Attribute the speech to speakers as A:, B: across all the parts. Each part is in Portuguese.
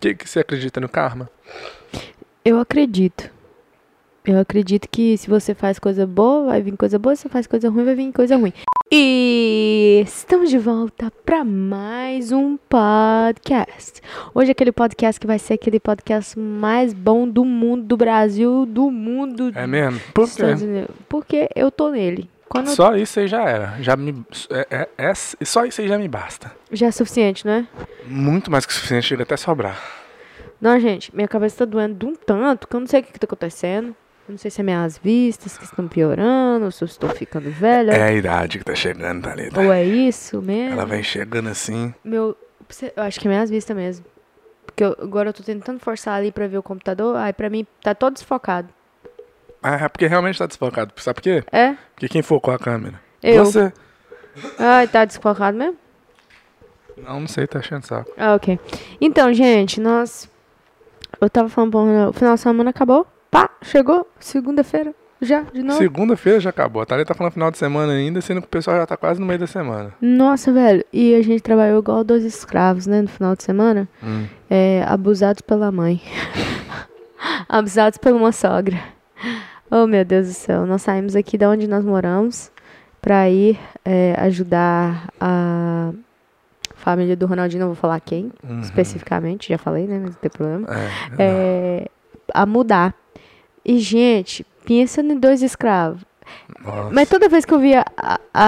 A: que, que você acredita no karma?
B: Eu acredito. Eu acredito que se você faz coisa boa, vai vir coisa boa. Se você faz coisa ruim, vai vir coisa ruim. E estamos de volta para mais um podcast. Hoje é aquele podcast que vai ser aquele podcast mais bom do mundo, do Brasil, do mundo.
A: É mesmo? Por
B: dos Estados
A: quê?
B: Unidos. Porque eu tô nele. Quando eu-
A: Só isso aí já era. Já me, é, é- é- só isso aí já me basta.
B: Já é suficiente, né?
A: Muito mais que o suficiente, chega até a sobrar.
B: Não, gente, minha cabeça tá doendo de um tanto que eu não sei o que, que tá acontecendo. Eu não sei se é minhas vistas que estão piorando, ou se eu estou ficando velha.
A: É a idade que tá chegando, Thalita.
B: Ou é isso mesmo?
A: Ela vem chegando assim.
B: Meu. cê- Eu acho que é minhas vistas mesmo. Porque eu- agora eu tô tentando forçar ali pra ver o computador. Aí pra mim tá todo desfocado.
A: Ah, é porque realmente tá desfocado. Sabe por quê?
B: É?
A: Porque quem focou a câmera?
B: Eu.
A: Você.
B: Ai, tá desfocado mesmo?
A: Não, não sei, tá achando saco.
B: Ah, ok. Então, gente, nós. Eu tava falando, bom, o final de semana acabou. Pá, chegou. Segunda-feira. Já, de novo.
A: Segunda-feira já acabou. A Thalita tá falando final de semana ainda, sendo que o pessoal já tá quase no meio da semana.
B: Nossa, velho. E a gente trabalhou igual dois escravos, né? No final de semana.
A: Hum.
B: É, abusados pela mãe. abusados por uma sogra. Oh, meu Deus do céu. Nós saímos aqui da onde nós moramos pra ir é, ajudar a família do Ronaldinho. Não vou falar quem especificamente, já falei, né? Mas não tem problema.
A: É.
B: É, a mudar. E, gente, pensa em dois escravos.
A: Nossa.
B: Mas toda vez que eu via a, a,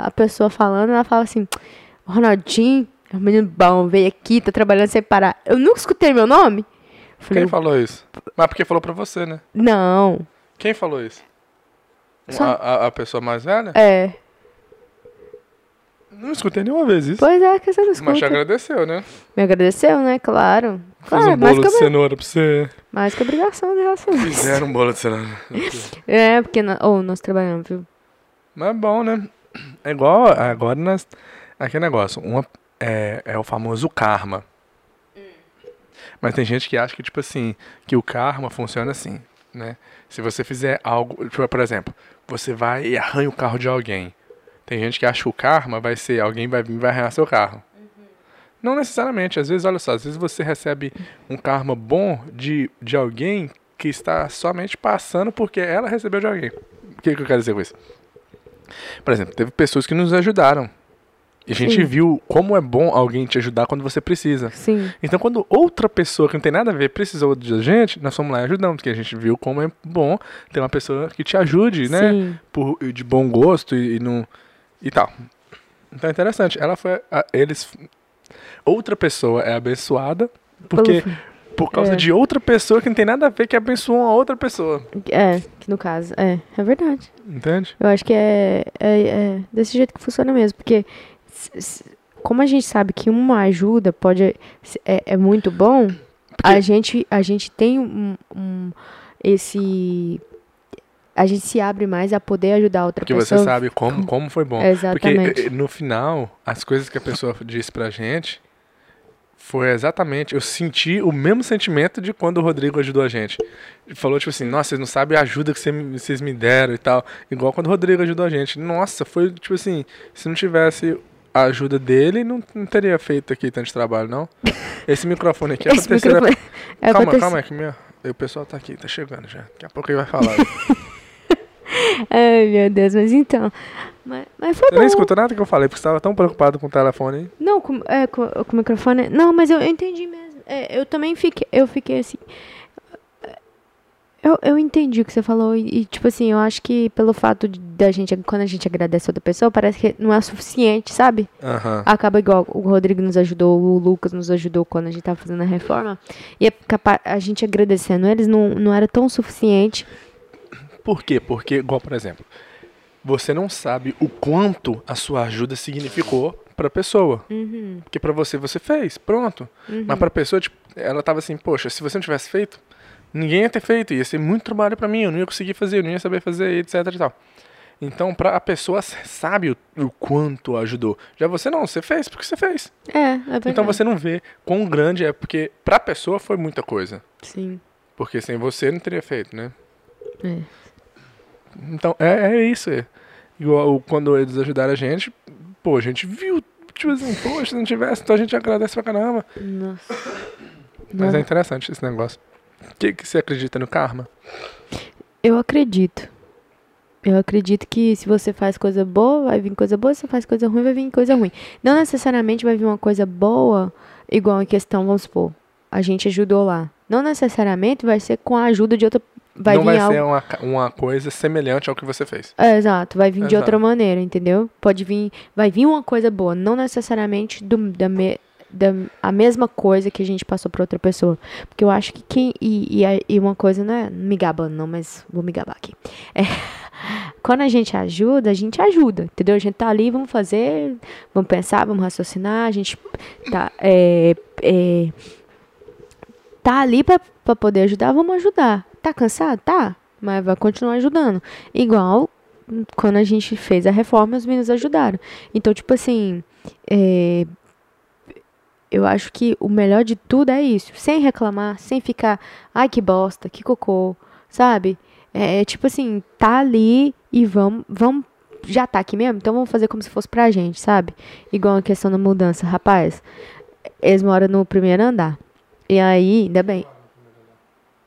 B: a- a pessoa falando, ela falava assim: Ronaldinho, é um menino bom, veio aqui, tá trabalhando sem parar. Eu nunca escutei meu nome. Eu Falei,
A: Quem falou isso? Mas porque falou pra você, né?
B: não.
A: Quem falou isso?
B: Só-
A: A, a- a pessoa mais velha?
B: É.
A: Não escutei nenhuma vez isso.
B: Pois é, que você não
A: Mas te
B: escuta.
A: agradeceu, né?
B: Me agradeceu, né? Claro.
A: Fiz
B: Claro,
A: um
B: mais
A: bolo
B: que,
A: de
B: obri-
A: cenoura pra você.
B: mais que obrigação, né? Rafa?
A: Fizeram um bolo de cenoura.
B: É, porque. na- Ou nós trabalhamos, viu?
A: Mas é bom, né? É igual agora nós. Aquele negócio. Uma, é, é o famoso karma. Mas tem gente que acha que, tipo assim, que o karma funciona assim, né? Se você fizer algo. Tipo, por exemplo, você vai e arranha o carro de alguém. Tem gente que acha que o karma vai ser alguém vai vir e vai arranhar seu carro. Não necessariamente. Às vezes, olha só, às vezes você recebe um karma bom de, de alguém que está somente passando porque ela recebeu de alguém. O que, que eu quero dizer com isso? Por exemplo, teve pessoas que nos ajudaram. E a gente
B: Sim.
A: viu como é bom alguém te ajudar quando você precisa.
B: Sim.
A: Então, quando outra pessoa que não tem nada a ver precisou de gente, nós fomos lá e ajudamos, porque a gente viu como é bom ter uma pessoa que te ajude, né?
B: Sim.
A: Por, de bom gosto e, e não. e tal. Então é interessante. Ela foi. a- eles. Outra pessoa é abençoada porque,
B: Pelo-
A: por causa
B: é.
A: de outra pessoa que não tem nada a ver que abençoou uma outra pessoa.
B: É, que no caso. É, é verdade.
A: Entende?
B: Eu acho que é, é- é desse jeito que funciona mesmo, porque s- s- como a gente sabe que uma ajuda pode s- é, é muito bom, a gente a gente tem um, um- esse a gente se abre mais a poder ajudar outra
A: Porque
B: pessoa.
A: você sabe como, como foi bom.
B: Exatamente.
A: Porque eh, no final, as coisas que a pessoa disse pra gente foi exatamente. Eu senti o mesmo sentimento de quando o Rodrigo ajudou a gente. Ele falou, tipo assim, nossa, vocês não sabem a ajuda que cê me- vocês me deram e tal. Igual quando o Rodrigo ajudou a gente. Nossa, foi tipo assim, se não tivesse a ajuda dele, não, não teria feito aqui tanto trabalho, não. Esse microfone aqui é pra
B: Esse
A: terceira.
B: microfone é pra
A: Calma,
B: terceira-
A: calma, é que minha... o pessoal tá aqui, tá chegando já. Daqui a pouco ele vai falar.
B: Ai, meu Deus, mas então, mas, mas foi
A: Você nem
B: bom.
A: escutou nada que eu falei, porque você tava tão preocupado com o telefone aí.
B: Não, com, é, com, com o microfone. Não, mas eu, eu entendi mesmo. É, eu também fiquei. Eu fiquei assim. Eu, eu entendi o que você falou. E, e, tipo assim, eu acho que pelo fato de, da gente. Quando a gente agradece outra pessoa, parece que não é suficiente, sabe?
A: Aham.
B: Acaba igual o Rodrigo nos ajudou, o Lucas nos ajudou quando a gente tava fazendo a reforma. E é capa- a gente agradecendo eles não, não era tão suficiente.
A: Ah, Por quê? Porque, igual, por exemplo, você não sabe o quanto a sua ajuda significou pra pessoa. Porque pra você, você fez, pronto. Mas pra pessoa, tipo, ela tava assim, poxa, se você não tivesse feito, ninguém ia ter feito. Ia ser muito trabalho pra mim, eu não ia conseguir fazer, eu não ia saber fazer, etc e tal. Então, pra a pessoa s- sabe o, o quanto ajudou. Já você não, você fez porque você fez.
B: É, é verdade.
A: Então você não vê quão grande é, porque pra pessoa foi muita coisa.
B: Sim.
A: Porque sem você não teria feito, né?
B: É.
A: Então, é, é isso. é. Igual o- quando eles ajudaram a gente, pô, a gente viu, tipo assim, poxa, se não tivesse, então a gente agradece pra caramba.
B: Nossa.
A: Mas
B: Não.
A: é interessante esse negócio. O que, que você acredita no karma?
B: Eu acredito. Eu acredito que se você faz coisa boa, vai vir coisa boa. Se você faz coisa ruim, vai vir coisa ruim. Não necessariamente vai vir uma coisa boa, igual em questão, vamos supor, a gente ajudou lá. Não necessariamente vai ser com a ajuda de outra. Vai
A: Não
B: vir
A: vai
B: algo.
A: ser uma, ca- uma coisa semelhante ao que você fez.
B: É, exato, vai vir de outra
A: Exato.
B: maneira, entendeu? Pode vir, vai vir uma coisa boa, não necessariamente do, da, me- da- a mesma coisa que a gente passou pra outra pessoa. Porque eu acho que quem, e, e, a- e uma coisa, não é me gabando não, mas vou me gabar aqui. É, quando a gente ajuda, a gente ajuda, entendeu? A gente tá ali, vamos fazer, vamos pensar, vamos raciocinar, a gente tá, é, é, tá ali pra, pra poder ajudar, vamos ajudar. Tá cansado? Tá. Mas vai continuar ajudando. Igual quando a gente fez a reforma, os meninos ajudaram. Então, tipo assim, é, eu acho que o melhor de tudo é isso. Sem reclamar, sem ficar, ai que bosta, que cocô, sabe? É, é tipo assim, tá ali e vamos, vamos, já tá aqui mesmo, então vamos fazer como se fosse pra gente, sabe? Igual a questão da mudança, rapaz. Eles moram no primeiro andar. E aí, ainda bem.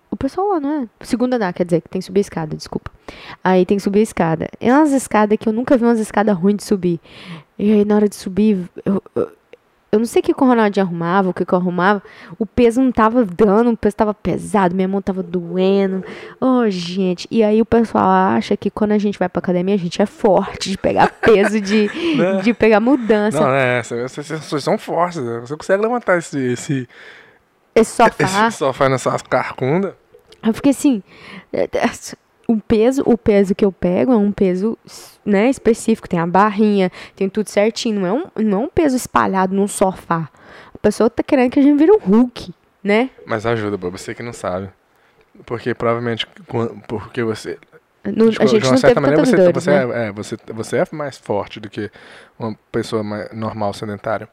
B: O pessoal lá, não é? Segundo andar, quer dizer, que tem que subir a escada, desculpa. Aí tem que subir a escada. É umas escadas que eu nunca vi umas escadas ruins de subir. E aí na hora de subir, eu, eu, eu não sei o que que o Ronaldinho arrumava, o que, que eu arrumava. O peso não tava dando, o peso tava pesado, minha mão tava doendo. Oh, gente. E aí o pessoal acha que quando a gente vai pra academia, a gente é forte de pegar peso, de,
A: Né?
B: de pegar mudança.
A: Não, é, essas sensações são fortes. né? Você consegue levantar esse, esse,
B: Esse sofá.
A: esse sofá nessa carcunda.
B: é Eu fiquei assim, é, é, o peso, o peso que eu pego é um peso, né, específico, tem a barrinha, tem tudo certinho, não é um, não é um peso espalhado num sofá. A pessoa tá querendo que a gente vira um Hulk, né?
A: Mas ajuda, Bob, você que não sabe. Porque provavelmente, quan- porque você.
B: No-
A: de-
B: a gente
A: Tipo, de uma
B: não teve
A: certa maneira,
B: tantas
A: você,
B: dores,
A: você,
B: né?
A: é, é, você, você é mais forte do que uma pessoa mais normal sedentária.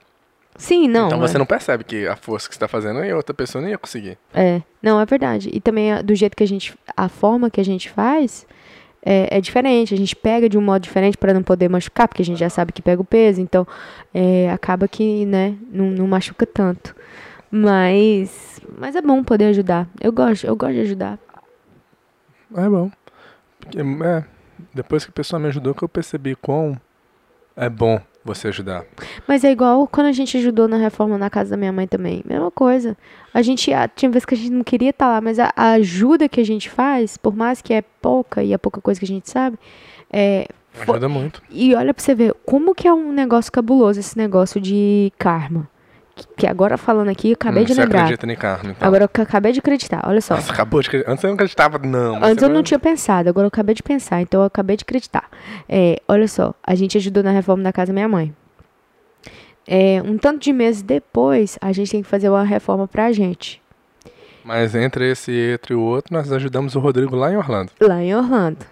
B: Sim, não.
A: então
B: é.
A: você não percebe que a força que você tá fazendo aí, outra pessoa não ia conseguir.
B: É, não, é verdade. E também a- do jeito que a gente, a forma que a gente faz é, é diferente. A gente pega de um modo diferente para não poder machucar, porque a gente já sabe que pega o peso, então é, acaba que, né, não, não machuca tanto. Mas, mas é bom poder ajudar. Eu gosto, eu gosto de ajudar.
A: É bom. Porque, é, depois que a pessoa me ajudou, que eu percebi quão é bom você ajudar.
B: Mas é igual quando a gente ajudou na reforma na casa da minha mãe também. Mesma coisa. A gente ah, tinha vezes que a gente não queria estar lá, mas a, a ajuda que a gente faz, por mais que é pouca e é pouca coisa que a gente sabe, é, Fo-
A: Ajuda muito.
B: E olha pra você ver, como que é um negócio cabuloso esse negócio de karma. Que, que agora falando aqui, eu acabei
A: Hum,
B: de
A: você
B: lembrar.
A: acredita em karma, então.
B: Agora eu ca- acabei de acreditar, olha só.
A: Nossa, acabou de acreditar. Antes você não acreditava, não. mas
B: Antes eu
A: agora-
B: não tinha pensado, agora eu acabei de pensar, então eu acabei de acreditar. É, olha só, a gente ajudou na reforma da casa da minha mãe. É, um tanto de meses depois, a gente tem que fazer uma reforma pra gente.
A: Mas entre esse e entre o outro, nós ajudamos o Rodrigo lá em Orlando.
B: Lá em Orlando.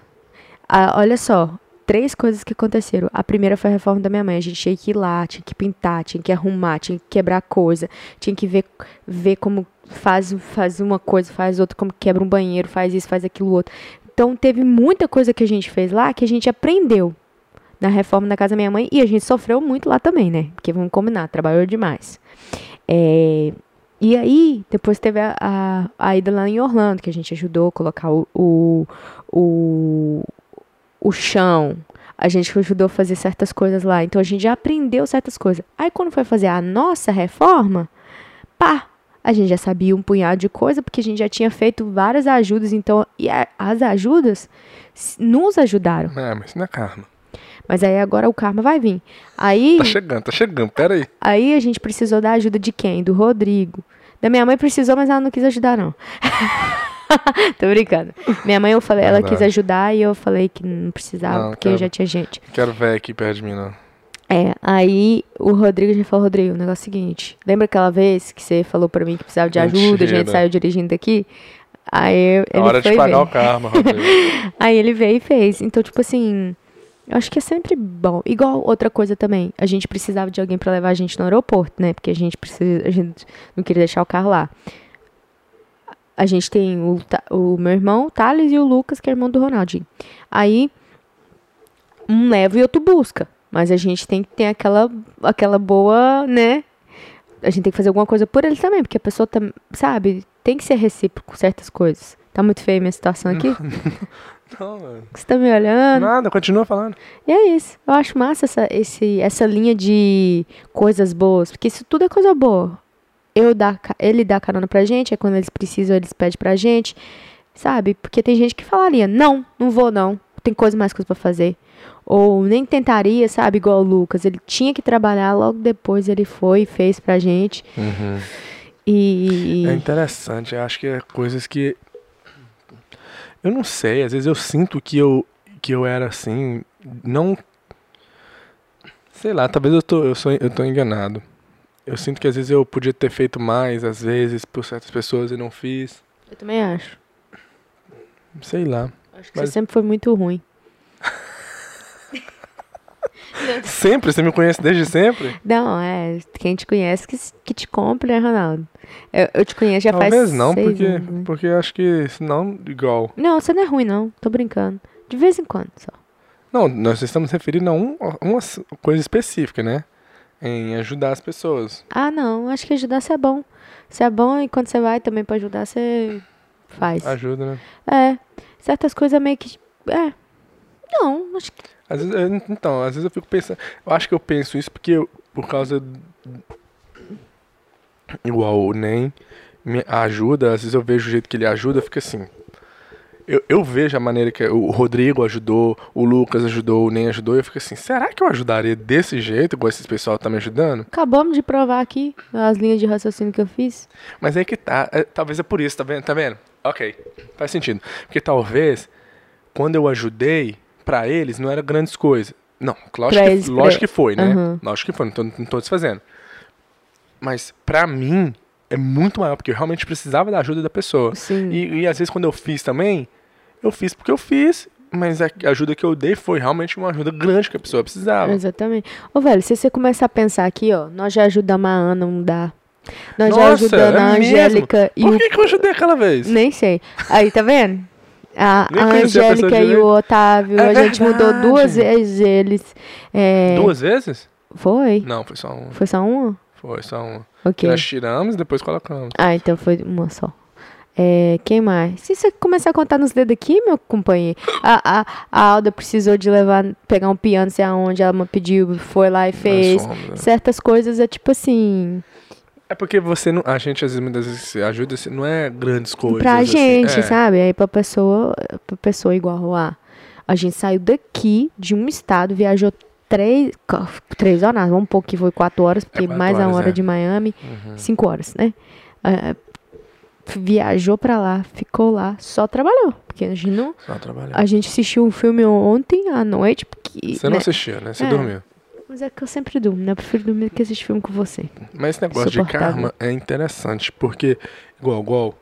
B: Ah, olha só, três coisas que aconteceram. A primeira foi a reforma da minha mãe. A gente tinha que ir lá, tinha que pintar, tinha que arrumar, tinha que quebrar coisa, tinha que ver, ver como faz, faz uma coisa, faz outra, como quebra um banheiro, faz isso, faz aquilo outro. Então teve muita coisa que a gente fez lá que a gente aprendeu na reforma da casa da minha mãe e a gente sofreu muito lá também, né? Porque vamos combinar, trabalhou demais. É, e aí, depois teve a, a, a ida lá em Orlando, que a gente ajudou a colocar o, o, o, o chão. A gente ajudou a fazer certas coisas lá. Então a gente já aprendeu certas coisas. Aí quando foi fazer a nossa reforma, pá! A gente já sabia um punhado de coisa, porque a gente já tinha feito várias ajudas. Então, e a- as ajudas s- nos ajudaram.
A: É, mas isso não é karma.
B: Mas aí agora o karma vai vir. Aí.
A: Tá chegando, tá chegando, peraí.
B: Aí a gente precisou da ajuda de quem? Do Rodrigo. Da minha mãe precisou, mas ela não quis ajudar, não. Tô brincando. Minha mãe, eu falei, ela
A: Verdade.
B: quis ajudar e eu falei que não precisava,
A: Não,
B: porque
A: cara.
B: já tinha gente.
A: Não Quero ver aqui perto de mim, não.
B: É, aí o Rodrigo, a gente falou, Rodrigo, o negócio é o seguinte. Lembra aquela vez que você falou pra mim que precisava de ajuda, a gente
A: Mentira.
B: saiu dirigindo daqui? Aí eu-
A: É
B: ele
A: hora
B: foi
A: de pagar
B: ver.
A: o karma, Rodrigo.
B: Aí ele veio e fez. Então, tipo assim, eu acho que é sempre bom. Igual outra coisa também, a gente precisava de alguém pra levar a gente no aeroporto, né? Porque a gente precisa, a gente não queria deixar o carro lá. A gente tem o, Ta- o meu irmão, o Thales, e o Lucas, que é irmão do Ronaldinho. Aí, um leva e outro busca. Mas a gente tem que ter aquela, aquela boa, né? a gente tem que fazer alguma coisa por ele também, porque a pessoa, tam, sabe, tem que ser recíproco certas coisas. Tá muito feia a minha situação aqui?
A: Não, mano.
B: Você tá me olhando?
A: Nada, continua falando.
B: E é isso. Eu acho massa essa, esse, essa linha de coisas boas, porque isso tudo é coisa boa. Eu dá, ca- ele dá carona pra gente, é quando eles precisam, eles pedem pra gente, sabe? Porque tem gente que falaria, não, não vou não, tem coisa mais coisa pra fazer. Ou nem tentaria, sabe, igual o Lucas. Ele tinha que trabalhar, logo depois ele foi e fez pra gente. E.
A: É interessante, eu acho que é coisas que. Eu não sei, às vezes eu sinto que eu, que eu era assim, não. Sei lá, talvez eu tô, eu, sou, eu tô enganado. Eu sinto que às vezes eu podia ter feito mais, às vezes, por certas pessoas e não fiz.
B: Eu também acho.
A: Sei lá.
B: Acho que
A: Mas-
B: você sempre foi muito ruim.
A: Sempre? Você me conhece desde sempre?
B: Não, é. Quem te conhece que, s- que te compra, né, Ronaldo? Eu, eu te conheço já faz.
A: Talvez não,
B: seis
A: porque,
B: anos, né?
A: porque eu acho que senão, igual.
B: Não, você não é ruim, não. Tô brincando. De vez em quando só.
A: Não, nós estamos referindo a um, a uma coisa específica, né? Em ajudar as pessoas.
B: Ah, não. Acho que ajudar você é bom. Você é bom e quando você vai também pra ajudar, você faz.
A: Ajuda, né?
B: É. Certas coisas meio que. É. Não, acho que.
A: Às vezes, eu- então, às vezes eu fico pensando. Eu acho que eu penso isso porque eu- por causa. d- Igual o NEM me ajuda, às vezes eu vejo o jeito que ele ajuda, fica assim. Eu, eu vejo a maneira que o Rodrigo ajudou, o Lucas ajudou, o NEM ajudou, e eu fico assim, será que eu ajudaria desse jeito, igual esse pessoal tá me ajudando?
B: Acabamos de provar aqui as linhas de raciocínio que eu fiz.
A: Mas aí que tá. é, Talvez é por isso, tá vendo? Tá vendo? Ok. Faz sentido. Porque talvez, quando eu ajudei, pra eles não era grandes coisas. Não, lógico,
B: Pra
A: que,
B: eles, pra-
A: lógico que foi, né?
B: Aham.
A: Lógico que foi, não tô, não tô desfazendo. Mas pra mim, é muito maior, porque eu realmente precisava da ajuda da pessoa.
B: Sim.
A: E, e às vezes quando eu fiz também, eu fiz porque eu fiz, mas a ajuda que eu dei foi realmente uma ajuda grande que a pessoa precisava.
B: Exatamente. Ô, velho, se você começar a pensar aqui, ó, nós já ajudamos a Ana a mudar. Nós já
A: Nossa, é
B: ajudamos a
A: mesmo?
B: Angélica e
A: Por
B: o. Né.
A: que, que eu ajudei aquela vez?
B: Nem sei. Aí, tá vendo? A,
A: Nem
B: a
A: conhecia a pessoa
B: Angélica e
A: direito.
B: o Otávio,
A: É
B: a gente mudou
A: verdade.
B: duas vezes eles. É,
A: Duas vezes?
B: Foi?
A: Não, foi só uma.
B: Foi só uma?
A: Foi só um. uma.
B: Ok.
A: Nós tiramos e depois colocamos.
B: Ah, então foi uma só. É, quem mais? Se você começar a contar nos dedos aqui, meu companheiro. A, a, a Alda precisou de levar, pegar um piano, não sei aonde, ela pediu, foi lá e fez.
A: Nós fomos, né?
B: Certas coisas é tipo assim.
A: É porque você não. A gente às vezes muitas vezes se ajuda, se não é grandes coisas.
B: pra
A: assim.
B: gente,
A: É.
B: sabe? Aí pra pessoa, pra pessoa igual a. A gente saiu daqui de um estado, viajou três, co- três horas, vamos pôr que foi quatro horas, porque
A: quatro
B: mais a
A: horas,
B: hora
A: é.
B: de Miami, cinco horas, né? Ah, viajou pra lá, ficou lá, só trabalhou. Porque a gente não.
A: Só trabalhar.
B: A gente assistiu um filme ontem à noite, porque.
A: É. Você não
B: né?
A: assistiu, né? Você
B: É.
A: dormiu.
B: Mas é que eu sempre durmo, né? Eu prefiro dormir do que assistir filme com você.
A: Mas esse negócio de
B: Insuportável.
A: karma é interessante, porque, igual, igual.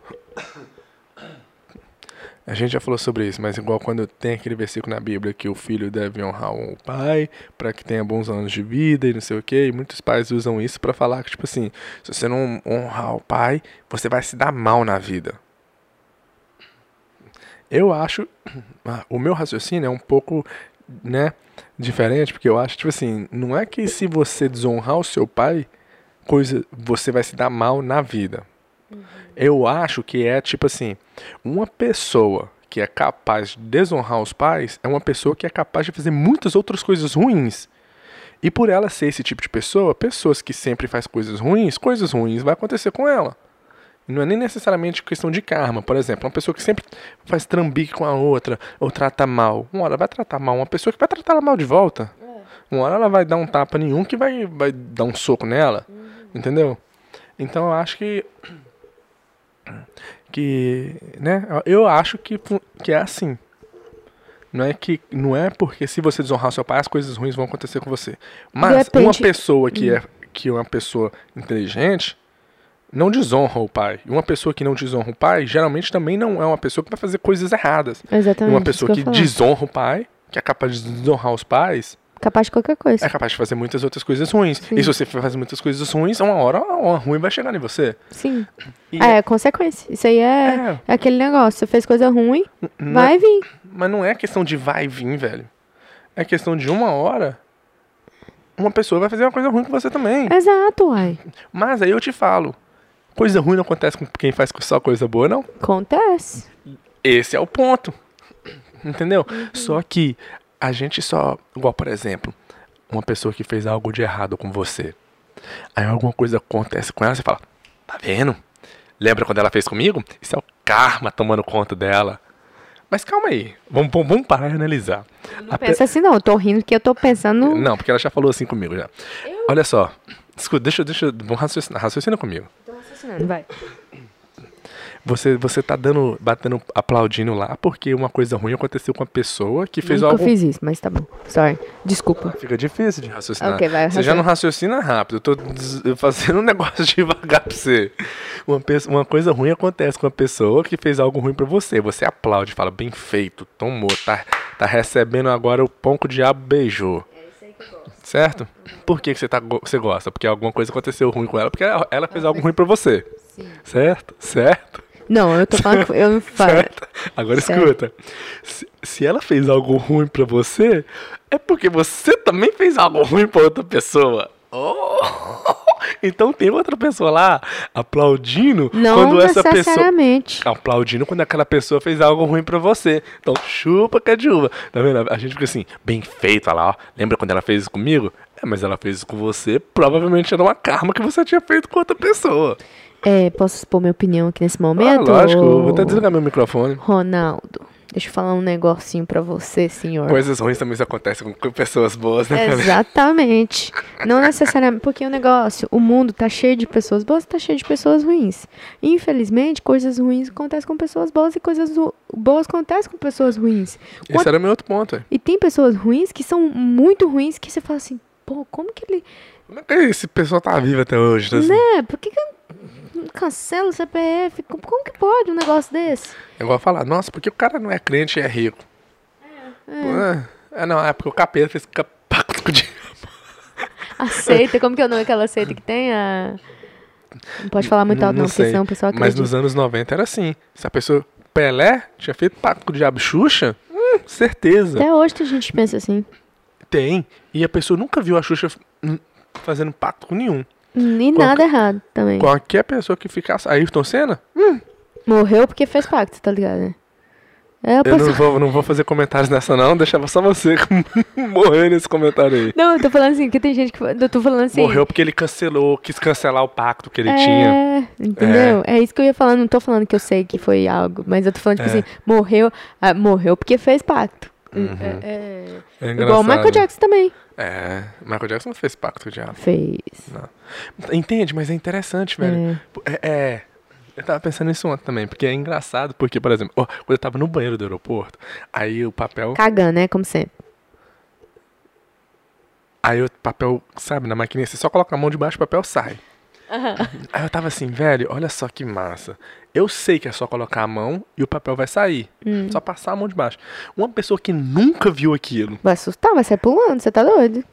A: A gente já falou sobre isso, mas igual quando tem aquele versículo na Bíblia que o filho deve honrar o pai para que tenha bons anos de vida e não sei o quê, e muitos pais usam isso pra falar que, tipo assim, se você não honrar o pai, você vai se dar mal na vida. Eu acho. ah, O meu raciocínio é um pouco, né, diferente, porque eu acho, tipo assim, não é que se você desonrar o seu pai, coisa você vai se dar mal na vida. Eu acho que é tipo assim, uma pessoa que é capaz de desonrar os pais é uma pessoa que é capaz de fazer muitas outras coisas ruins. E por ela ser esse tipo de pessoa, pessoas que sempre faz coisas ruins, coisas ruins vai acontecer com ela. E Não é nem necessariamente questão de karma, por exemplo, uma pessoa que sempre faz trambique com a outra ou trata mal, uma hora vai tratar mal uma pessoa que vai tratar ela mal de volta. Uma hora ela vai dar um tapa nenhum que vai, vai dar um soco nela. Entendeu? Então eu acho que. Que. Né? Eu acho que, fu- que é assim. Não é que. Não é porque se você desonrar seu pai, as coisas ruins vão acontecer com você. Mas uma
B: repente-
A: pessoa que é, que é uma pessoa inteligente não desonra o pai. E uma pessoa que não desonra o pai, geralmente também não é uma pessoa que vai fazer coisas erradas. E
B: Exatamente.
A: uma pessoa
B: isso
A: que
B: é eu ia falar.
A: desonra o pai, que é capaz de desonrar os pais,
B: Capaz de qualquer coisa.
A: é capaz de fazer muitas outras coisas ruins.
B: Sim.
A: E se você for fazer muitas coisas ruins, uma hora uma ruim vai chegar em você.
B: Sim.
A: E-
B: É, consequência. Isso aí é,
A: É.
B: é aquele negócio. Você fez coisa ruim,
A: N-
B: vai vir.
A: É Mas não é questão de vai e vir, velho. É questão de uma hora uma pessoa vai fazer uma coisa ruim com você
B: É.
A: também.
B: Exato, uai.
A: Mas aí eu te falo, coisa ruim não acontece com quem faz só coisa boa, não.
B: Acontece.
A: Esse é o ponto. Entendeu? Só que a gente só. Igual, por exemplo, uma pessoa que fez algo de errado com você. Aí alguma coisa acontece com ela, você fala: Tá vendo? Lembra quando ela fez comigo? Isso é o karma tomando conta dela. Mas calma aí, vamos, vamos vamos parar e analisar.
B: Não
A: A pe-
B: pensa assim, não. Eu tô rindo que eu tô pensando.
A: Não, porque ela já falou assim comigo já. Olha só, escuta, deixa, deixa, vamos raciocinar, raciocina comigo.
B: Tô raciocinando, vai.
A: Você, você tá dando, batendo, aplaudindo lá porque uma coisa ruim aconteceu com a pessoa que fez
B: Nunca
A: algo.
B: fiz isso, mas tá bom. Sorry. Desculpa.
A: Fica difícil de raciocinar.
B: Ok, vai,
A: você já não raciocina rápido. Eu tô des- fazendo um negócio devagar pra você. Uma, pe- uma coisa ruim acontece com uma pessoa que fez algo ruim pra você. Você aplaude, fala, bem feito, tomou, tá, tá recebendo agora o pão que o diabo beijou. Certo? Por que, que você, tá, go- você gosta? Porque alguma coisa aconteceu ruim com ela, porque ela, ela fez algo ruim pra você. Certo? Certo?
B: Não, eu tô falando que eu não falo.
A: Certo? Agora
B: Certo.
A: escuta. Se, se ela fez algo ruim pra você, é porque você também fez algo ruim pra outra pessoa. Oh! Então tem outra pessoa lá aplaudindo
B: Não
A: quando essa pessoa
B: necessariamente.
A: aplaudindo quando aquela pessoa fez algo ruim pra você. Então chupa que é de uva. Tá vendo? A gente fica assim, bem feito, olha lá, ó. Lembra quando ela fez isso comigo? É, mas ela fez isso com você, provavelmente era uma karma que você tinha feito com outra pessoa.
B: É, posso expor minha opinião aqui nesse
A: Ah,
B: momento?
A: lógico, eu vou até
B: ô-
A: desligar meu microfone.
B: Ronaldo, deixa eu falar um negocinho pra você, senhor.
A: Coisas ruins também acontecem com pessoas boas, né? cara?
B: Exatamente. Não necessariamente. Porque o negócio, o mundo tá cheio de pessoas boas, tá cheio de pessoas ruins. Infelizmente, coisas ruins acontecem com pessoas boas e coisas ru- boas acontecem com pessoas ruins. Quant-
A: Esse era meu outro ponto. é.
B: E tem pessoas ruins que são muito ruins que você fala assim, pô, como que ele.
A: Como é que esse pessoal tá vivo até hoje? né?
B: Né? Por que, que cancela o CPF? Como, como que pode um negócio desse?
A: É igual falar, nossa, porque o cara não é crente e é rico. É. não, é porque o capeta fez cap- pacto com o diabo.
B: Aceita, como que é o nome que ela aceita que tem? A... Não pode falar muito alto, não, porque
A: sei.
B: senão o pessoal acredita.
A: Mas nos anos 90 era assim. Se a pessoa Pelé tinha feito pacto com o diabo Xuxa, hum, certeza.
B: Até hoje a gente que pensa assim.
A: Tem. E a pessoa nunca viu a Xuxa hum, fazendo pacto com nenhum.
B: E
A: Qual-
B: nada errado também.
A: Qualquer pessoa que ficasse. Ayrton Senna?
B: Morreu porque fez pacto, tá ligado? né? É,
A: Eu não
B: posso-
A: vou, não vou fazer comentários nessa, não. Deixava só você morrer nesse comentário aí.
B: Não, eu tô falando assim, que tem gente que. fa- Eu tô falando assim.
A: Morreu porque ele cancelou, quis cancelar o pacto que ele
B: é,
A: tinha.
B: Entendeu? É. isso que eu ia falar. Não tô falando que eu sei que foi algo, mas eu tô falando,
A: É.
B: tipo assim, morreu. ah, morreu porque fez pacto. É, é,
A: É
B: igual
A: Uhum.
B: o Michael
A: engraçado.
B: Jackson também.
A: É, Michael Jackson não fez pacto com o diabo.
B: Fez. né?
A: Entende, mas é interessante, velho. É. é- eu tava pensando nisso ontem também, porque é engraçado, porque, por exemplo, ó, quando eu tava no banheiro do aeroporto, aí o papel.
B: Cagando, né? Como sempre.
A: Aí o papel, sabe, na maquininha, você só coloca a mão debaixo, o papel sai. Aí eu tava assim, velho, olha só que massa. Eu sei que é só colocar a mão e o papel vai sair. Só passar a mão debaixo. Uma pessoa que nunca viu aquilo.
B: Vai assustar, vai sair pulando, você tá doido.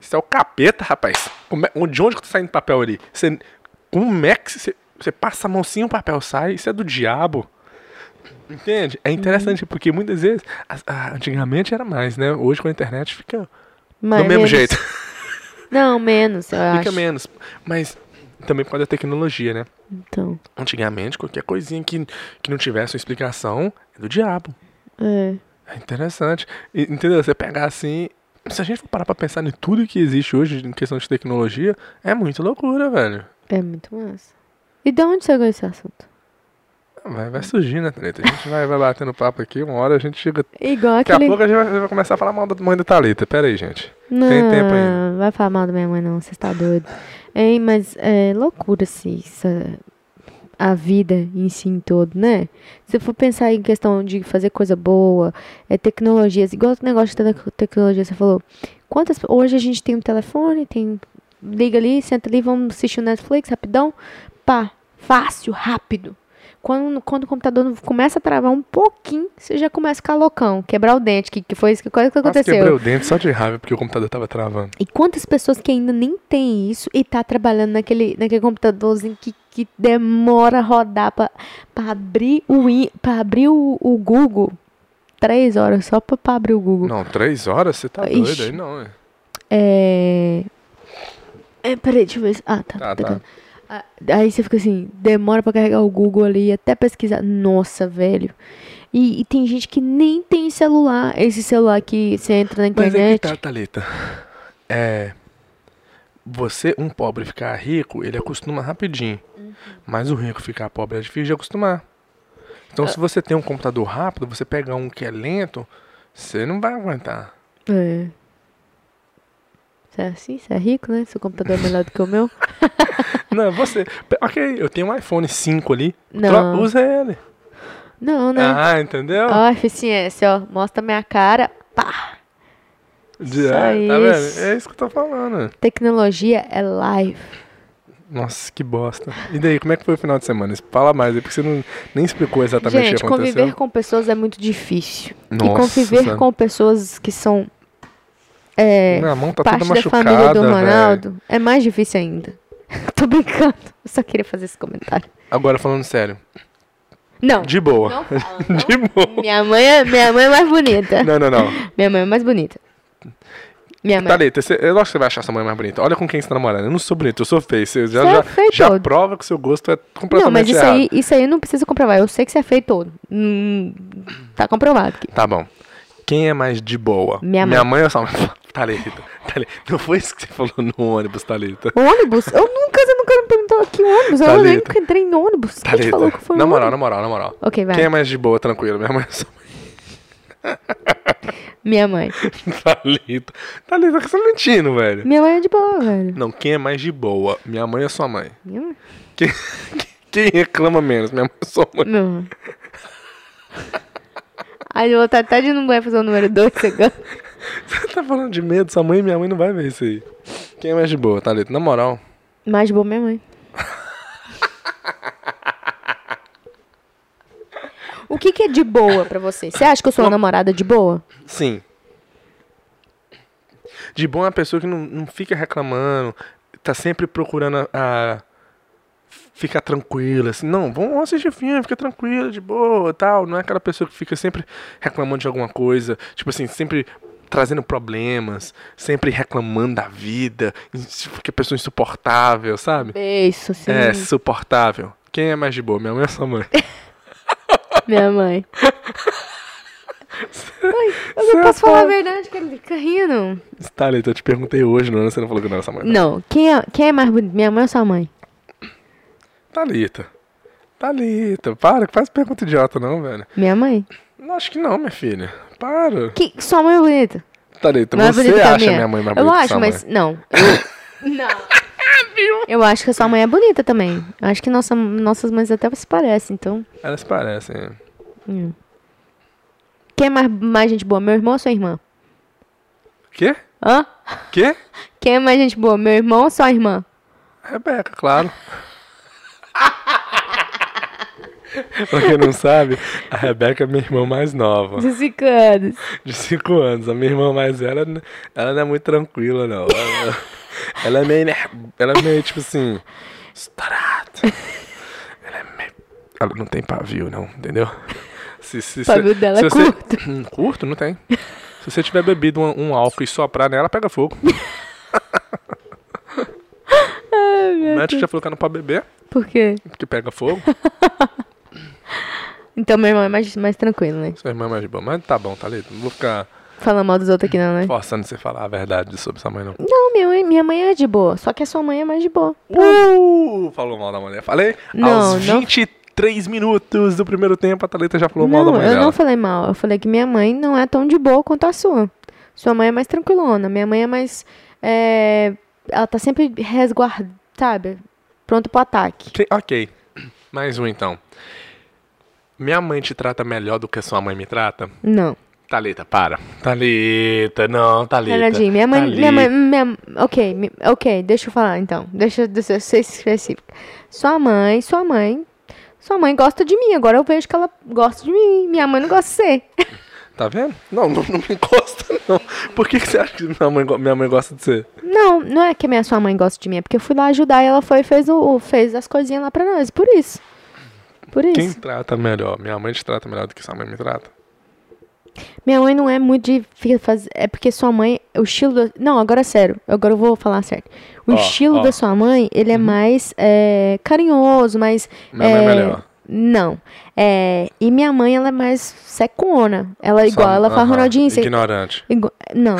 A: Isso é o capeta, rapaz. Como é- de onde que tá saindo papel ali? Você, como é que você, você passa a mão sim, o papel sai? Isso é do diabo. Entende? É interessante, porque muitas vezes, as- ah, antigamente era mais, né? Hoje com a internet fica
B: Mas
A: do mesmo
B: menos-
A: jeito.
B: Não, menos, eu
A: fica
B: acho.
A: menos. Mas também por causa da tecnologia, né?
B: Então,
A: Antigamente, qualquer coisinha que, que não tivesse uma explicação é do diabo.
B: é.
A: É interessante. E, entendeu? Você pegar assim. Se a gente for parar pra pensar em tudo que existe hoje em questão de tecnologia, é muita loucura, velho.
B: É muito massa. E de onde você ganhou esse assunto?
A: Vai, vai surgindo a treta. A gente vai, vai batendo papo aqui, uma hora a gente chega.
B: Igual
A: Daqui
B: aquele.
A: a pouco a gente vai, vai começar a falar mal da mãe da Thalita. Pera aí, gente.
B: Não,
A: tempo ainda.
B: vai falar mal da minha mãe, não. Você está doido. Hein, mas é loucura, assim, essa- a vida em si em todo, né? Se for pensar em questão de fazer coisa boa, é tecnologias, igual o negócio da tec- tecnologia, você falou. Quantas. Hoje a gente tem um telefone, tem. Liga ali, senta ali, vamos assistir o Netflix rapidão. Pá, fácil, rápido. Quando, quando o computador não- começa a travar um pouquinho, você já começa a ficar loucão, quebrar o dente, que, que foi isso que, quase que
A: Quase
B: aconteceu.
A: quebrei o dente só de raiva porque o computador tava travando.
B: E quantas pessoas que ainda nem tem isso e tá trabalhando naquele, naquele computadorzinho que, que demora a rodar pra, pra abrir o Win- pra abrir o, o Google. Três horas só pra, pra abrir o Google.
A: Não, três horas? Você tá
B: Ixi.
A: doido aí, não, é?
B: É. é peraí, deixa eu ver. se- Ah, tá.
A: Tá,
B: tá,
A: tá.
B: tá. Ah, Aí você fica assim, demora pra carregar o Google ali, até pesquisar. Nossa, velho. E, e tem gente que nem tem celular. Esse celular que você entra na
A: Mas é que
B: internet.
A: tá, Thalita. É. Você, um pobre ficar rico, ele acostuma rapidinho.
B: Uhum.
A: Mas o rico ficar pobre é difícil de acostumar. Então,
B: Ah.
A: se você tem um computador rápido, você pegar um que é lento, você não vai aguentar.
B: É. Você é assim? Você é rico, né? Seu computador é melhor do que o meu?
A: Não, você. pe- Ok, eu tenho um iPhone 5 ali.
B: Não.
A: tro- Usa ele.
B: Não, né?
A: Ah, entendeu?
B: Ó, eficiência, ó. Mostra minha cara. Pá!
A: De-
B: só
A: é, tá vendo?
B: isso.
A: É isso que eu tô falando.
B: Tecnologia é live.
A: Nossa, que bosta. E daí, como é que foi o final de semana? Fala mais aí, porque você não, nem explicou exatamente o
B: Gente,
A: que aconteceu.
B: conviver com pessoas é muito difícil. e
A: Nossa,
B: conviver
A: sabe?
B: com pessoas que são é,
A: Minha mão tá toda
B: parte da
A: machucada,
B: família do
A: velho.
B: Ronaldo é mais difícil ainda. Tô brincando. Eu só queria fazer esse comentário.
A: Agora, falando sério.
B: Não.
A: De boa.
B: Não fala, não.
A: De boa.
B: Minha mãe é, minha mãe é mais bonita.
A: Não, não, não.
B: Minha mãe é mais bonita. Minha mãe.
A: Thalita, você, eu acho que você vai achar sua mãe mais bonita. Olha com quem você tá namorando. Eu não sou bonito, eu sou feio. Você já,
B: Você é
A: já,
B: feio
A: já
B: todo.
A: prova que o seu gosto é completamente
B: Não, mas isso
A: errado.
B: aí, isso aí não precisa comprovar. Eu sei que você é feio todo. Hum, tá comprovado. aqui.
A: Tá bom. Quem é mais de boa?
B: Minha
A: Minha mãe ou sua mãe? Thalita, Thalita. Não foi isso que você falou no ônibus, Thalita.
B: O ônibus? Eu nunca, você nunca me perguntou aqui o ônibus. Eu
A: Thalita.
B: nunca entrei em ônibus. Quem te
A: Thalita.
B: falou que foi
A: Tá na
B: um
A: moral,
B: ônibus?
A: na moral, na moral.
B: Ok, vai.
A: Quem é mais de boa, tranquilo? Minha mãe ou sua mãe?
B: Minha mãe.
A: Thalita. Thalita, por que você tá mentindo, velho?
B: Minha mãe é de boa, velho.
A: Não, quem é mais de boa? Minha mãe ou sua mãe?
B: Minha mãe.
A: Quem, quem reclama menos? Minha mãe ou sua mãe?
B: Não. Aí eu vou tá até de não vai fazer o número 2 agora.
A: Você tá falando de medo? Sua mãe e minha mãe não vai ver isso aí. Quem é mais de boa, Thalita? Na moral.
B: Mais de boa minha mãe. O que, que é de boa pra você? Você acha que eu sou uma namorada de boa?
A: Sim. De bom é uma pessoa que não, não fica reclamando, tá sempre procurando a, a ficar tranquila, assim, não, vamos assistir filme, fica tranquila, de boa, tal, não é aquela pessoa que fica sempre reclamando de alguma coisa, tipo assim, sempre trazendo problemas, sempre reclamando da vida, ins- que pessoa é insuportável, sabe?
B: Isso, sim.
A: É, suportável. Quem é mais de boa, minha mãe ou sua mãe?
B: Minha mãe. Mãe, eu
A: Você
B: não
A: é
B: posso falar a
A: pobre.
B: verdade, que ele fica rindo.
A: Thalita, Tá, então eu te perguntei hoje, não, você não falou que não era sua mãe.
B: Não, quem é, quem é mais bonito? Minha mãe ou sua mãe?
A: Thalita. Thalita, para, que faz pergunta idiota não, velho.
B: Minha mãe?
A: Não, acho que não, minha filha. Para.
B: Que, sua mãe é bonita?
A: Thalita,
B: Não é
A: Então você
B: bonita que a
A: acha minha. mãe mais
B: Eu
A: bonita que
B: acho,
A: sua mãe.
B: mas. Não. Eu- não. Eu acho que a sua mãe é bonita também. Acho que nossa, nossas mães até se parecem, então.
A: Elas parecem. é.
B: hum. Quem é mais, mais gente boa? Meu irmão ou sua irmã?
A: Quê?
B: Hã?
A: Quê?
B: Quem é mais gente boa? Meu irmão ou sua irmã?
A: Rebeca, claro. pra quem não sabe, a Rebeca é minha irmã mais nova,
B: De cinco anos.
A: de 5 anos. A minha irmã mais velha, n- ela não é muito tranquila, não. Ela, ela é meio. ner- Ela é meio tipo assim. Estourada. Ela é meio. Ela não tem pavio, não, entendeu? Se, se, se-
B: Pavio dela é
A: você-
B: curto.
A: Hum, curto? Não tem. Se você tiver bebido um, um álcool e soprar nela, pega fogo.
B: Ai,
A: O
B: meu
A: médico
B: Deus.
A: já falou que não pode beber,
B: Por quê?
A: porque pega fogo.
B: Então meu irmão é mais, mais tranquilo, né?
A: Sua irmã é mais de boa. Mas tá bom, Thalita. Não vou ficar
B: Falar mal dos outros aqui, não, né?
A: forçando você a falar a verdade sobre sua mãe, não.
B: Não, minha mãe, minha mãe é de boa. Só que a sua mãe é mais de boa.
A: Uh, falou mal da mulher. Falei?
B: Não,
A: Aos
B: não.
A: 23 minutos do primeiro tempo, a Thalita já falou mal da
B: Não,
A: mulher.
B: eu não falei mal. Eu falei que minha mãe não é tão de boa quanto a sua. Sua mãe é mais tranquilona. Minha mãe é mais. é, ela tá sempre resguardada, sabe? Pronta pro ataque.
A: Ok. Mais um, então. Minha mãe te trata melhor do que sua mãe me trata?
B: Não.
A: Thalita, para. Thalita, não, Thalita.
B: Renadinho, minha mãe. Minha mãe,
A: Thalita.
B: minha, ok, mi- ok, deixa eu falar então. Deixa, deixa eu ser específica. Sua mãe, sua mãe. Sua mãe gosta de mim. Agora eu vejo que ela gosta de mim. Minha mãe não gosta de você.
A: Tá vendo? Não, não, não me encosta, não. Por que, que você acha que minha mãe, go- minha mãe gosta de você?
B: Não, não é que a minha sua mãe gosta de mim, é porque eu fui lá ajudar e ela foi e fez, o, o- fez as coisinhas lá pra nós. Por isso. Por
A: Quem
B: isso.
A: trata melhor? Minha mãe te trata melhor do que sua mãe me trata?
B: Minha mãe não é muito de fi- faz- É porque sua mãe. O estilo. da- Não, agora é sério. Agora eu vou falar sério. O
A: Ó,
B: estilo
A: ó. Uhum.
B: da sua mãe, ele é mais é, carinhoso, mais.
A: Minha mãe é
B: é,
A: melhor.
B: Não. É, e minha mãe, ela é mais secona. Ela é igual.
A: Sua-
B: ela fala,
A: aham,
B: Ronaldinho, você.
A: Ignorante.
B: Igua- Não,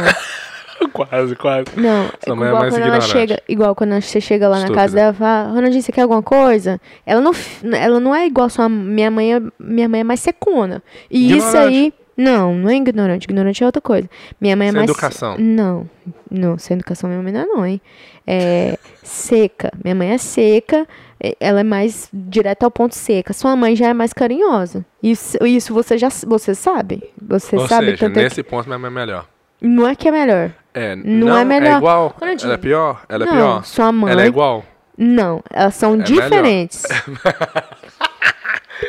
A: quase, quase.
B: não.
A: Sua mãe é
B: igual
A: mais
B: quando ela
A: ignorante.
B: chega, igual quando você chega lá na
A: Estúpida.
B: casa dela, fala, "Ah, Ronaldinho, você quer alguma coisa? Ela não, f- ela não é igual sua minha mãe, é- minha mãe é mais secona. E isso
A: Ignorante.
B: aí, não, não é ignorante, ignorante é outra coisa. Minha mãe é
A: Sem
B: mais
A: educação.
B: Não. Não, sem educação minha mãe não é não, hein? É seca. Minha mãe é seca, é- ela é mais direto ao ponto seca. Sua mãe já é mais carinhosa. Isso, isso você já s- você sabe. Você
A: Ou
B: sabe
A: seja,
B: tanto é que-
A: nesse ponto minha mãe é melhor.
B: Não é que é melhor.
A: É,
B: Não
A: não,
B: é
A: é
B: melhor.
A: igual?
B: Ronaldinho.
A: Ela é pior? Ela
B: não,
A: é pior?
B: Sua mãe.
A: Ela é igual?
B: Não, elas são
A: É melhor.
B: diferentes.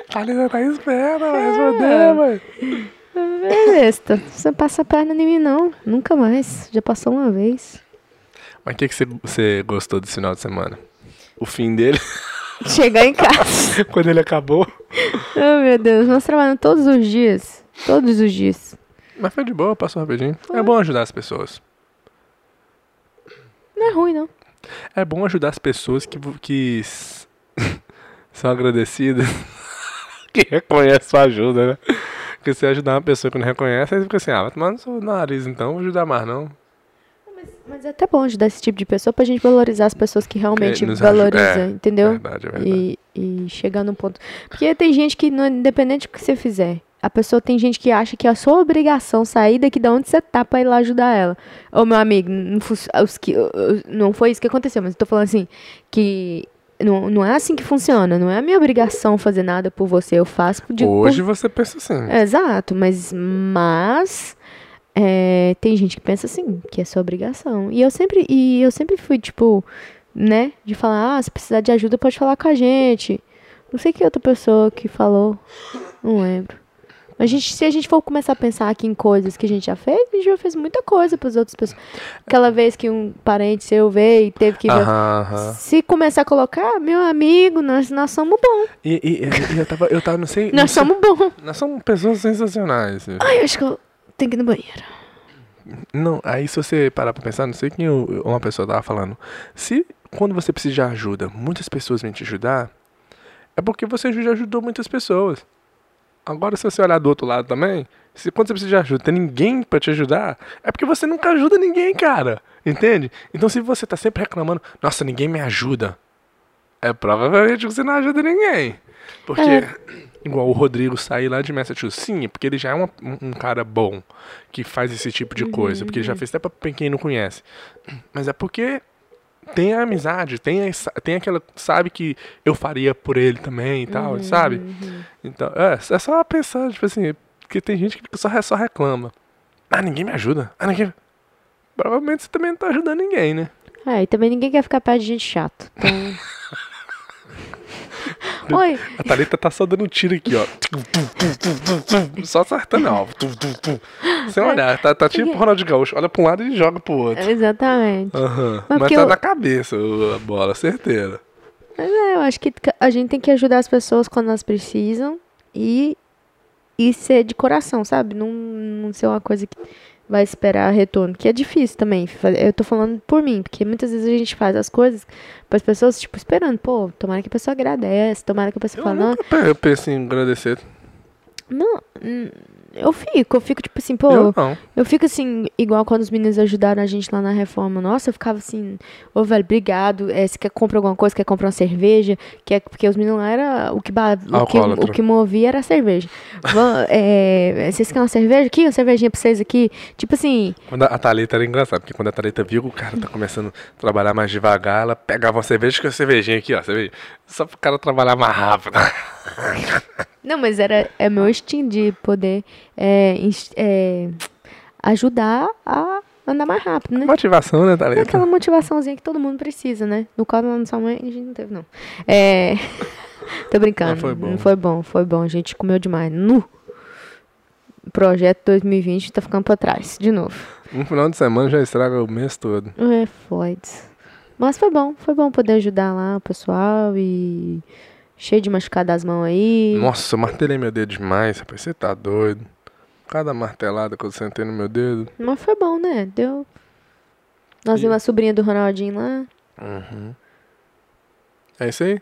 A: Thalita tá esperando,
B: É.
A: respondeu, mãe.
B: Besta. Você passa a perna em mim, não. Nunca mais. Já passou uma vez.
A: Mas o que, que você, você gostou desse final de semana? O fim dele,
B: Chegar em casa.
A: quando ele acabou.
B: oh, meu Deus. Nós trabalhamos todos os dias. Todos os dias.
A: Mas foi de boa, passou rapidinho. É bom ajudar as pessoas.
B: Não é ruim, não.
A: É bom ajudar as pessoas que, vo- que s- são agradecidas. que reconhece sua ajuda, né? Porque você ajudar uma pessoa que não reconhece, aí você fica assim, ah, vai tomar no seu nariz então, não vou ajudar mais não.
B: Mas é até bom ajudar esse tipo de pessoa pra gente valorizar as pessoas que realmente
A: Que nos
B: valorizam,
A: ajuda- é,
B: entendeu?
A: Verdade, é verdade.
B: e, e chegar num ponto. Porque tem gente que, não, independente do que você fizer, a pessoa tem gente que acha que é a sua obrigação sair daqui da onde você tá pra ir lá ajudar ela. Ô, meu amigo, não, fu- os que- eu- eu- não foi isso que aconteceu, mas eu tô falando assim, que não, não é assim que funciona. Não é a minha obrigação fazer nada por você. Eu faço de, por
A: Hoje você pensa assim.
B: Exato, mas, mas é, tem gente que pensa assim, que é sua obrigação. E eu sempre, e eu sempre fui, tipo, né, de falar, ah, se precisar de ajuda, pode falar com a gente. Não sei que outra pessoa que falou, não lembro. A gente, se a gente for começar a pensar aqui em coisas que a gente já fez, a gente já fez muita coisa para as outras pessoas. Aquela vez que um parente seu veio e teve que...
A: Aham, aham.
B: Se começar a colocar, "Ah, meu amigo, nós, nós somos bons,
A: E, e- e- e eu tava, eu tava, não sei. não
B: nós
A: sei-
B: somos bons.
A: Nós somos pessoas sensacionais. assim.
B: Ai, eu acho que eu tenho que ir no banheiro.
A: Não, aí se você parar pra pensar, não sei quem o- uma pessoa tava falando. Se quando você precisa de ajuda, muitas pessoas vêm te ajudar, é porque você já ajudou muitas pessoas. Agora, se você olhar do outro lado também, se quando você precisa de ajuda, tem ninguém pra te ajudar, é porque você nunca ajuda ninguém, cara. Entende? Então, se você tá sempre reclamando, nossa, ninguém me ajuda, é provavelmente que você não ajuda ninguém. Porque,
B: É.
A: igual o Rodrigo sair lá de Massachusetts, sim, é porque ele já é uma- um, um cara bom que faz esse tipo de coisa, porque ele já fez até pra quem não conhece. Mas é porque tem a amizade, tem, essa- tem aquela, sabe, que eu faria por ele também e tal, sabe? Então, é, é só pensar, tipo assim, porque tem gente que só, só reclama. Ah, ninguém me ajuda. Ah, ninguém. Provavelmente você também não tá ajudando ninguém, né?
B: É, e também ninguém quer ficar perto de gente chata. Então... Oi,
A: A Thalita tá só dando um tiro aqui, ó. Tum, tum, tum, tum, tum, tum. Só acertando a alvo. Tum, tum, tum.
B: É.
A: Sem olhar. Tá, tá tipo o Ronaldinho Gaúcho. Olha pra um lado e joga pro outro.
B: exatamente.
A: Aham.
B: Mas
A: Mas
B: porque
A: tá
B: eu-
A: na cabeça o- a bola, certeira.
B: Mas é, eu acho que ca- a gente tem que ajudar as pessoas quando elas precisam e, e ser de coração, sabe? Não, não ser uma coisa que vai esperar retorno, que é difícil também. fa- Eu tô falando por mim, porque muitas vezes a gente faz as coisas para as pessoas, tipo, esperando, pô, tomara que a pessoa agradece, tomara que a pessoa
A: Eu
B: fale, "Não,
A: nunca pe- pensei em agradecer.
B: não, hum, eu fico, eu fico tipo assim, pô,
A: Eu não.
B: Eu fico assim, igual quando os meninos ajudaram a gente lá na reforma. Nossa, eu ficava assim, ô velho, obrigado. É, você quer comprar alguma coisa? Quer comprar uma cerveja? Quer, porque os meninos lá era o que, ba- o que,
A: Alcoólatra.
B: o que movia era a cerveja. Vã- é, vocês querem uma cerveja? Aqui, uma cervejinha pra vocês aqui. Tipo assim,
A: Quando a- a Thalita era engraçada, porque quando a Thalita viu que o cara tá começando a trabalhar mais devagar, ela pegava uma cerveja com a cervejinha aqui, ó, cerveja. Só pro cara trabalhar mais rápido.
B: Não, mas era é meu instinto de poder é, ins- é, ajudar a andar mais rápido, né?
A: Motivação, né,
B: É
A: Thalita?
B: aquela motivaçãozinha que todo mundo precisa, né? No caso da sua mãe, a gente não teve, não. É... Tô brincando.
A: Mas foi bom.
B: Não foi bom, foi bom. A gente comeu demais. Nu! Projeto 2020 tá ficando pra trás, de novo.
A: Um final de semana já estraga o mês todo.
B: É, Floyd. Mas foi bom, foi bom poder ajudar lá o pessoal e... Cheio de machucado das mãos aí.
A: Nossa, eu martelei meu dedo demais, rapaz. Você tá doido. cada martelada que eu sentei no meu dedo.
B: Mas foi bom, né? Deu. Nós
A: E-
B: vimos a sobrinha do Ronaldinho lá.
A: Uhum. É isso aí?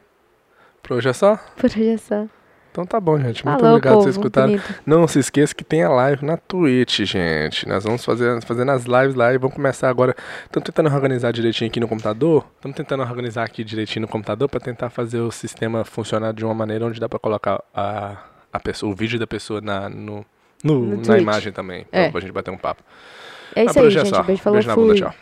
A: Pra hoje é só?
B: Por hoje é só.
A: Então tá bom, gente. Muito
B: Falou,
A: obrigado por
B: povo
A: vocês escutarem.
B: bonito.
A: Não se esqueça que tem a live na Twitch, gente. Nós vamos fazer, fazendo as lives lá e vamos começar agora. Estamos tentando organizar direitinho aqui no computador. Estamos tentando organizar aqui direitinho no computador para tentar fazer o sistema funcionar de uma maneira onde dá para colocar a, a pessoa, o vídeo da pessoa na, no, no-
B: No
A: na
B: Twitch.
A: imagem também.
B: É.
A: Pra gente bater um papo.
B: É
A: Mas por
B: isso aí,
A: hoje é
B: gente.
A: só.
B: Beijo, falou,
A: Beijo na bunda,
B: fui.
A: tchau.